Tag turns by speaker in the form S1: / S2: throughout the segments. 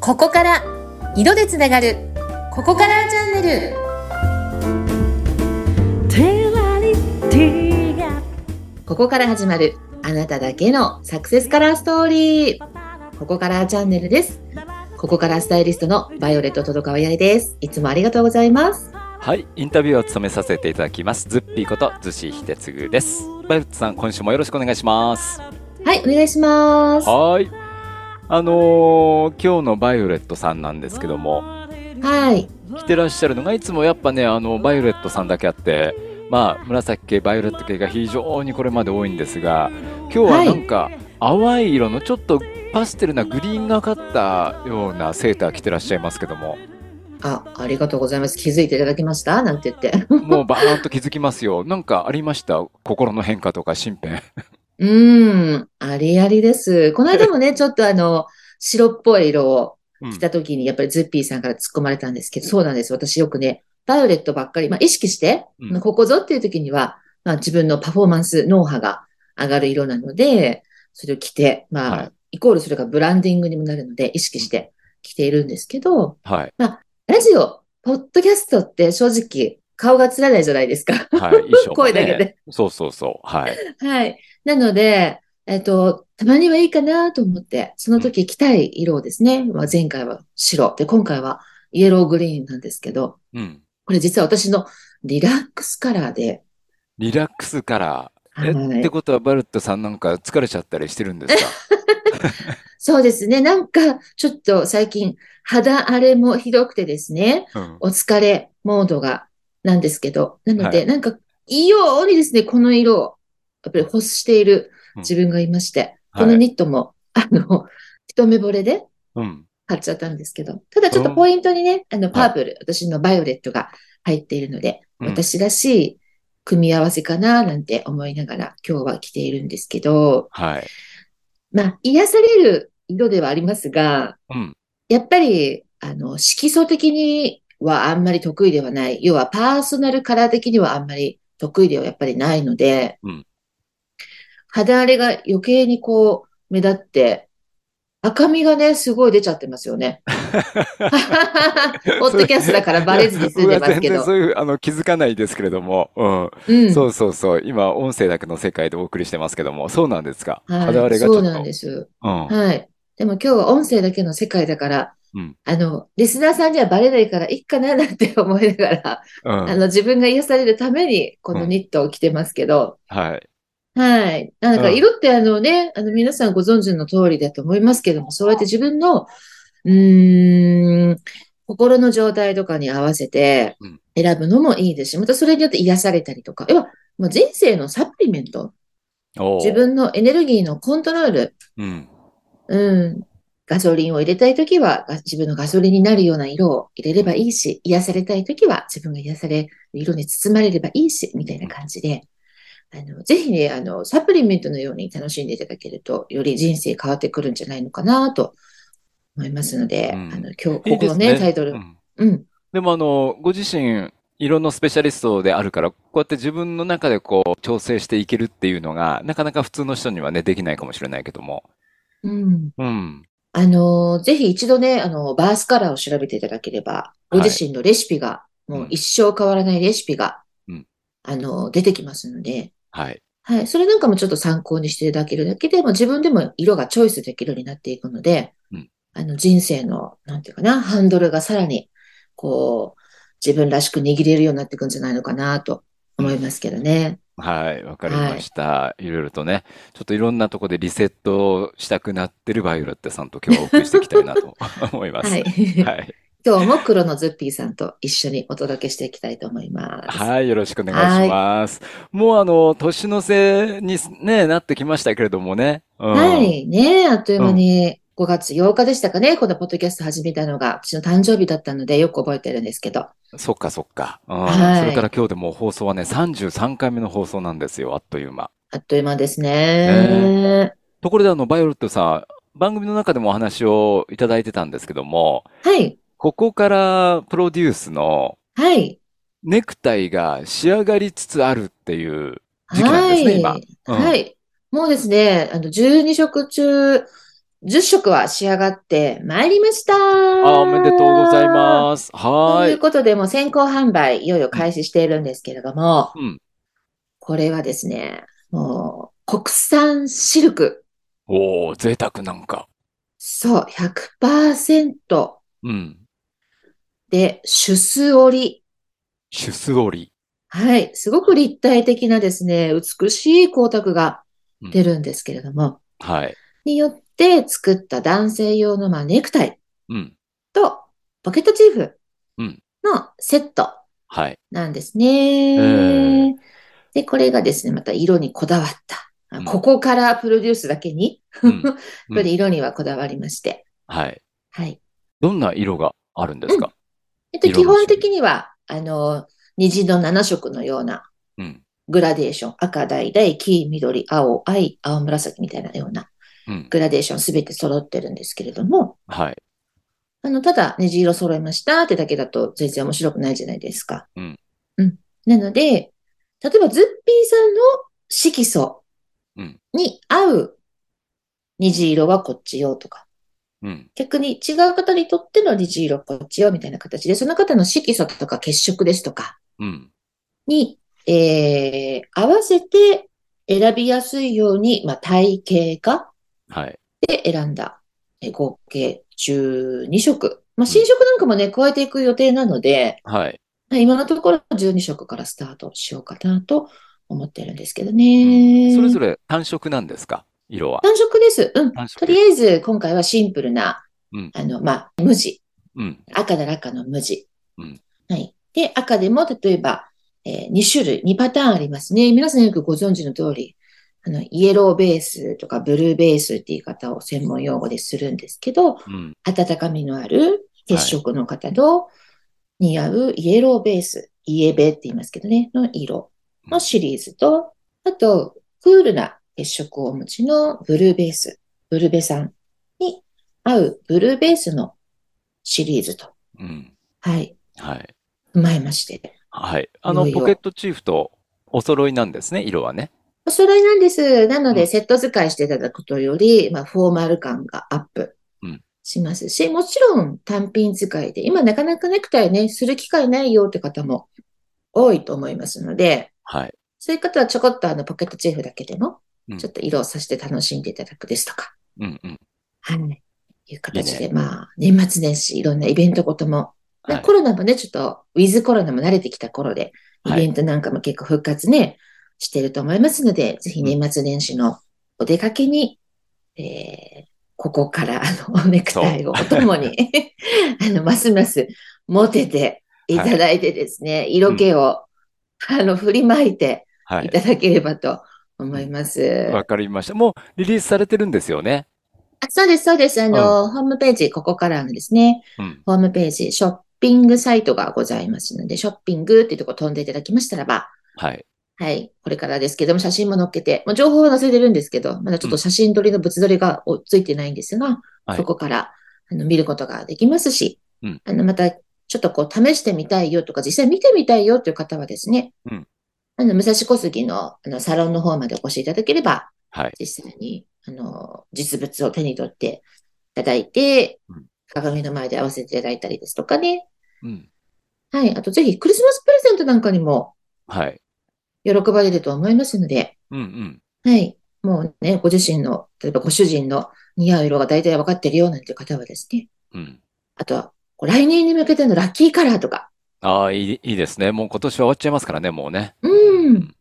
S1: ここから色でつながるここからチャンネル
S2: テラリティが
S1: ここから始まるあなただけのサクセスカラーストーリーここからチャンネルですここからスタイリストのバイオレット届川やりですいつもありがとうございます
S3: はい、インタビューを務めさせていただきます。ズッピーこと、ズシヒテツグです。バイブツさん、今週もよろしくお願いします。
S1: はいお願いしますは
S3: はい。あのー今日のバイオレットさんなんですけども、
S1: い
S3: 着てらっしゃるのが、いつもやっぱね、あの、バイオレットさんだけあって、まあ、紫系、バイオレット系が非常にこれまで多いんですが、今日はなんか、淡い色の、ちょっとパステルなグリーンがかったようなセーター着てらっしゃいますけども、
S1: あありがとうございます気づいていただきましたなんて言って
S3: もうバーンと気づきますよ。なんかありました心の変化とか、身 辺。
S1: うーん、ありありです。この間もね、ちょっとあの、白っぽい色を着た時に、やっぱりズッピーさんから突っ込まれたんですけど、そうなんです。私よくね、バイオレットばっかり、まあ意識して、
S3: うん
S1: まあここぞっていう時には、まあ自分のパフォーマンス、脳波が上がる色なので、それを着て、ま
S3: は
S1: あ、イコールそれがブランディングにもなるので、意識して着ているんですけど、
S3: はい。
S1: ラジオ、ポッドキャストって正直、顔が映らないじゃないですか。
S3: はい、衣装もね
S1: 声だけで。
S3: そうそうそう。はい。
S1: はい。なので、えっと、たまにはいいかなと思って、その時着たい色をですね、まあ、前回は白、で、今回はイエローグリーンなんですけど、
S3: うん。
S1: これ実は私のリラックスカラーで、
S3: リラックスから。え、
S1: はい
S3: ってことは、バルットさんなんか疲れちゃったりしてるんですか
S1: そうですね、なんかちょっと最近肌荒れもひどくてですね、
S3: うん。
S1: お疲れモードが、なんですけど、なので、
S3: はい
S1: なんかいいようにですね、この色を、やっぱり欲している自分がいまして、
S3: う
S1: こ
S3: ん
S1: の
S3: はい
S1: ニットも、あの、一目惚れで、
S3: うん。
S1: 買っちゃったんですけど、ただちょっとポイントにね、あの、パ
S3: はい
S1: ープル、私のバイオレットが入っているので、
S3: うん
S1: 私らしい組み合わせかな、なんて思いながら今日は着ているんですけど、
S3: はい。
S1: まあ、癒される色ではありますが、
S3: うん。
S1: やっぱり、あの、色素的にはあんまり得意ではない。要は、パーソナルカラー的にはあんまり得意ではやっぱりないので、
S3: うん
S1: 肌荒れが余計にこう、目立って、赤みがね、すごい出ちゃってますよ ね。ポッドキャストだからバレずに済んでますけ
S3: いや僕は全然
S1: ど。
S3: そういう、あの、気づかないですけれども。う
S1: う
S3: ん。
S1: ん。
S3: そうそうそう。今、音声だけの世界でお送りしてますけども。そうなんですか。
S1: はい、
S3: 肌荒れがちょ
S1: そ
S3: っと。
S1: うなんです。
S3: うん。
S1: はい。でも今日は音声だけの世界だから、
S3: うん
S1: あの、リスナーさんにはバレないからいいかななんて思いながら、
S3: うん
S1: あの、自分が癒されるために、このニットを着てますけど、
S3: はい。
S1: はい。なんか、
S3: うん
S1: 色ってあのね、あの、皆さんご存知の通りだと思いますけども、そうやって自分の、うーん、心の状態とかに合わせて
S3: うん
S1: 選ぶのもいいですし、またそれによって癒されたりとか、要は、もう人生のサプリメント、
S3: おー
S1: 自分のエネルギーのコントロール、
S3: うん。
S1: うん。ガソリンを入れたいときは、が自分のガソリンになるような色を入れればいいし、癒されたいときは、自分が癒される色に包まれればいいし、みたいな感じで、あの、ぜひね、あの、サプリメントのように楽しんでいただけると、より人生変わってくるんじゃないのかなと思いますので、
S3: うん
S1: あの、今日、
S3: いい
S1: ここ
S3: で
S1: の
S3: す
S1: ね、
S3: ね。
S1: タイトル
S3: う、ん
S1: うん、
S3: でもあの、ご自身、色のスペシャリストであるから、こうやって自分の中でこう、調整していけるっていうのが、なかなか普通の人にはね、できないかもしれないけども。
S1: うん。
S3: うん。
S1: あの、ぜひ一度ね、あの、バースカラーを調べていただければ、ご自身のレシピが、もう
S3: うん
S1: 一生変わらないレシピが
S3: うん、
S1: あの、出てきますので、
S3: はい。
S1: はい。それなんかもちょっと参考にしていただけるだけで、まあ、自分でも色がチョイスできるようになっていくので
S3: うん、
S1: あの人生の、なんていうかな、ハンドルがさらに、こう、自分らしく握れるようになっていくんじゃないのかなと思いますけどね。
S3: はい。わかりました。いろいろとね、ちょっといろんなとこでリセットしたくなってるバイオレットさんと今日はお送りしていきたいな と思います。
S1: はい。
S3: はい。
S1: 今日も黒のズッピーさんと一緒にお届けしていきたいと思います。
S3: はい。よろしくお願いします。もうあの、年の瀬にね、なってきましたけれどもね。うん。
S1: はい。ねえ、あっという間に5月8日でしたかね。このポッドキャスト始めたのが、私の誕生日だったので、よく覚えてるんですけど。
S3: そっかそっか。うん
S1: はい
S3: それから今日でもう放送はね、33回目の放送なんですよ、あっという間。
S1: あっという間ですね。
S3: ところであの、バイオレットさん、番組の中でもお話をいただいてたんですけども、
S1: はい。
S3: ここからプロデュースの
S1: はい。
S3: ネクタイが仕上がりつつあるっていう時期なん
S1: は
S3: ですね、
S1: い。
S3: 今。うん
S1: はい。もうですね、あの、12色中、 10色は仕上がってまいりました。
S3: あ、おめでとうございます。は
S1: とい
S3: ー
S1: う
S3: い。
S1: ことで、もう先行販売、いよいよ開始しているんですけれども、
S3: うん。
S1: これはですね、もう、国産シルク。
S3: おお、贅沢なんか。
S1: そう、100%
S3: うん。
S1: で、手数織り。
S3: シュス織り。
S1: はい、すごく立体的なですね、美しい光沢が出るんですけれども、
S3: はい。
S1: によって作った男性用のまあネクタイ
S3: うん。
S1: とポケットチーフ
S3: うん
S1: のセット
S3: はい。
S1: なんですね。
S3: えー
S1: で、これがですね、また色にこだわった。あ
S3: うん
S1: ここからプロデュースだけに、
S3: う
S1: や
S3: ん
S1: っぱり色にはこだわりまして。
S3: はい。
S1: はい。
S3: どんな色があるんですか
S1: えっと、基
S3: 色の種
S1: 本
S3: 類
S1: 的には、あの、虹の7色のような
S3: うん。
S1: グラデーション。赤、橙、黄、緑、青、藍、青、紫みたいなような
S3: うん。
S1: グラデーションすべて揃ってるんですけれども、
S3: はい。
S1: あの、ただ、ネジ色揃えましたってだけだと全然面白くないじゃないですか。
S3: うん。
S1: うん。なので、例えば、ズッピーさんの色素
S3: うん
S1: に合う虹色はこっちよとか、
S3: うん。
S1: 逆に違う方にとっての虹色こっちよみたいな形で、その方の色素とか血色ですとか
S3: うん。
S1: に、えー、合わせて選びやすいように、まあ、体型が
S3: はい。
S1: で選んだ、えー合計12色。まあ、新色なんかもね、加えていく予定なので、
S3: はい。
S1: まあ今のところ12色からスタートしようかなと思ってるんですけど
S3: うん
S1: ね。
S3: それぞれ単色なんですか色は。
S1: 単色です。うん。
S3: 単色
S1: とりあえず、今回はシンプルな、
S3: うん
S1: あの、まあ、無地。
S3: うん。
S1: 赤なら赤の無地。
S3: うん
S1: はい。で、赤でも、例えば、え2種類、2パターンありますね。皆さんよくご存知の通り、あの、イエローベースとかブルーベースっていう言い方を専門用語でするんですけど、
S3: うん。
S1: 温かみのある血色の方の似合うイエローベース、イエベって言いますけどね、の色のシリーズと、あと、クールな血色をお持ちのブルーベース、ブルベさんに合うブルーベースのシリーズと、
S3: うん。
S1: はい、
S3: はい。
S1: 踏まえまして。
S3: はい。あの、
S1: いよいよ
S3: ポケットチーフとお揃いなんですね、色はね。
S1: お揃いなんです。なの
S3: う
S1: で、
S3: ん
S1: セット使いしていただくことより、まあ、フォーマル感がアップ
S3: うん
S1: しますし、もちろん単品使いで、今なかなかネクタイね、する機会ないよって方も多いと思いますので、
S3: はい。
S1: そういう方はちょこっとあのポケットチーフだけでも
S3: うん、
S1: ちょっと色をさして楽しんでいただくですとか、
S3: うんうん。
S1: はい。いう形
S3: い
S1: で、まあ、年末年始いろんなイベントことも、
S3: はい。
S1: コロナもね、ちょっと、ウィズコロナも慣れてきた頃で、イ
S3: はい
S1: ベントなんかも結構復活ね、してると思いますので、ぜひ年末年始のお出かけに、えーここから、あの、ネクタイをお供に、 あの、ますますモテていただいてですね、色気を、あの、振りまいて
S3: はいい。
S1: ただければと思います。
S3: わかりました。もうリリースされてるんですよね。
S1: あそうです、そうです。あの、ホームページ、ここからのですね、
S3: うん。
S1: ホームページ、ショッピングサイトがございますので、ショッピングっていうところ飛んでいただきましたらば、
S3: はい。
S1: はい、これからですけども、写真も載っけて、もう情報は載せてるんですけど、まだちょっと写真撮りの物撮りがおついてないんですが、
S3: はい
S1: そこからあの見ることができますし、
S3: うん
S1: あのまたちょっとこう試してみたいよとか、実際見てみたいよという方はですね、
S3: うん
S1: あの武蔵小杉のあのサロンの方までお越しいただければ、
S3: はい。
S1: 実際にあの実物を手に取っていただいて
S3: うん、
S1: 鏡の前で合わせていただいたりですとかね、
S3: うん。
S1: はい。あと、ぜひ、クリスマスプレゼントなんかにも
S3: はい。
S1: 喜ばれると思いますので、
S3: うんうん。
S1: はい。もうね、ご自身の、例えばご主人の似合う色が大体分かってるよなんていう方はですね、
S3: うん。
S1: あとは、こう来年に向けてのラッキーカラーとか、
S3: ああ、いい、いいですね。もう今年は終わっちゃいますからね、もうね。
S1: うん。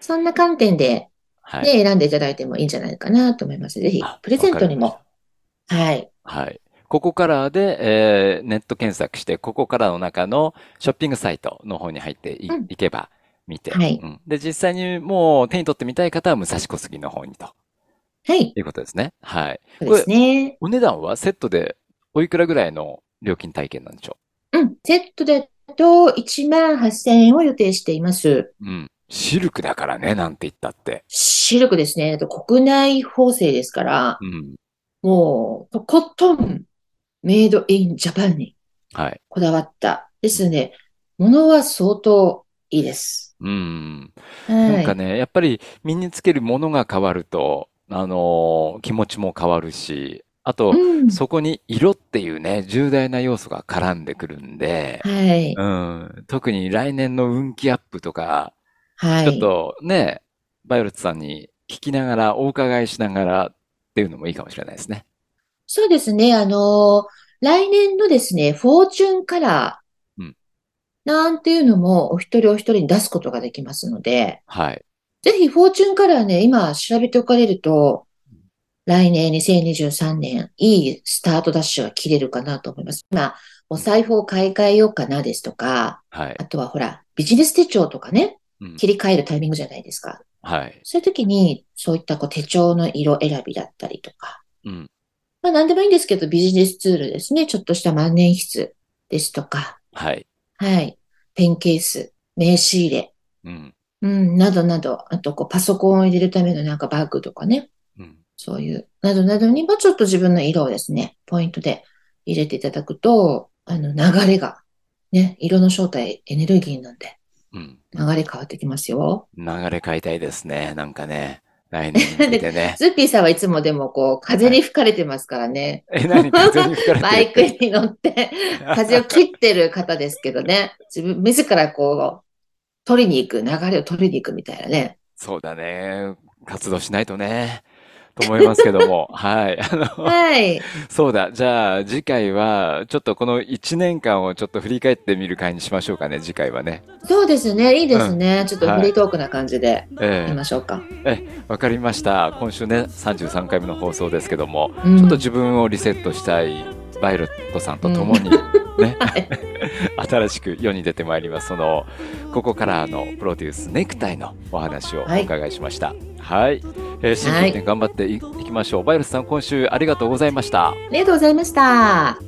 S1: そんな観点で、
S3: は
S1: ね、
S3: い。
S1: 選んでいただいてもいいんじゃないかなと思います。ぜひ
S3: あ、
S1: プレゼントにも、はい。
S3: はい。ここからで、えーネット検索して、ここからの中のショッピングサイトの方に入ってい、
S1: うん
S3: いけば見て、
S1: はい
S3: うんで、実際にもう手に取ってみたい方は武蔵小杉の方にと
S1: はい。
S3: いうことですね。はい。
S1: そうですね。
S3: お値段はセットでおいくらぐらいの料金体験なんでしょ
S1: うん。セットでと1万8000円を予定しています。
S3: う。うん。シルクだからね、なんて言ったって。
S1: シルクですね。あと国内縫製ですから、
S3: うん。
S1: もう、とことん、メイドインジャパンに
S3: はい。
S1: こだわった。ですので、物は相当いいです。
S3: うん。
S1: はい。
S3: なんかね、やっぱり身につけるものが変わると、あのー気持ちも変わるし、あと、
S1: うん。
S3: そこに色っていうね、重大な要素が絡んでくるんで、
S1: はい。
S3: うん、特に来年の運気アップとか、
S1: は
S3: ちょっ
S1: い。
S3: とね、バイオレットさんに聞きながら、お伺いしながらっていうのもいいかもしれないですね。
S1: そうですね。あの、来年のですね、フォーチュンカラ
S3: う
S1: ー
S3: ん
S1: なんていうのもお一人お一人に出すことができますので、
S3: はい。
S1: ぜひフォーチュンカラーね、今調べておかれると、来年2023年、いいスタートダッシュが切れるかなと思います。今、お財布を買い替えようかなですとか、
S3: はい
S1: あ。とはほら、ビジネス手帳とかね、
S3: うん
S1: 切り替えるタイミングじゃないですか。
S3: はい。
S1: そういう時に、そういったこう手帳の色選びだったりとか、
S3: うん。
S1: まあ何でもいいんですけど、ビジネスツールですね。ちょっとした万年筆ですとか、
S3: はい。
S1: はい。ペンケース、名刺入れ、
S3: うん。
S1: うん、などなど、あとこうパソコンを入れるためのなんかバッグとかね、
S3: うん。
S1: そういう、などなどにもちょっと自分の色をですね、ポイントで入れていただくと、あの流れが、ね、色の正体エネルギーなんで、
S3: うん。
S1: 流れ変わってきますよ。
S3: 流れ変えたいですね。なんかね。来年に向けてね
S1: 。ズッピーさんはいつもでもこう、風に吹かれてますからね。
S3: え、何風に吹かれてる
S1: バイクに乗って、風を切ってる方ですけどね。自分、自らこう、取りに行く、流れを取りに行くみたいなね。
S3: そうだね。活動しないとね。と思いますけども。はい。あの、
S1: はい。
S3: そうだ。じゃあ、次回は、ちょっとこの1年間をちょっと振り返ってみる回にしましょうかね。次回はね。
S1: そうですね。いいですね。ちょっとフリートークな感じでい
S3: ええ
S1: きましょうか。
S3: わかりました。今週ね、33回目の放送ですけども、
S1: うん
S3: ちょっと自分をリセットしたいバイロットさんと共に、 ね、
S1: はい。
S3: 新しく世に出てまいります、その、ここからのプロデュース、ネクタイのお話をお伺いしました。はい。えー、新
S1: はい
S3: 規店頑張っていいきましょう。バイロットさん、今週ありがとうございました。
S1: ありがとうございました。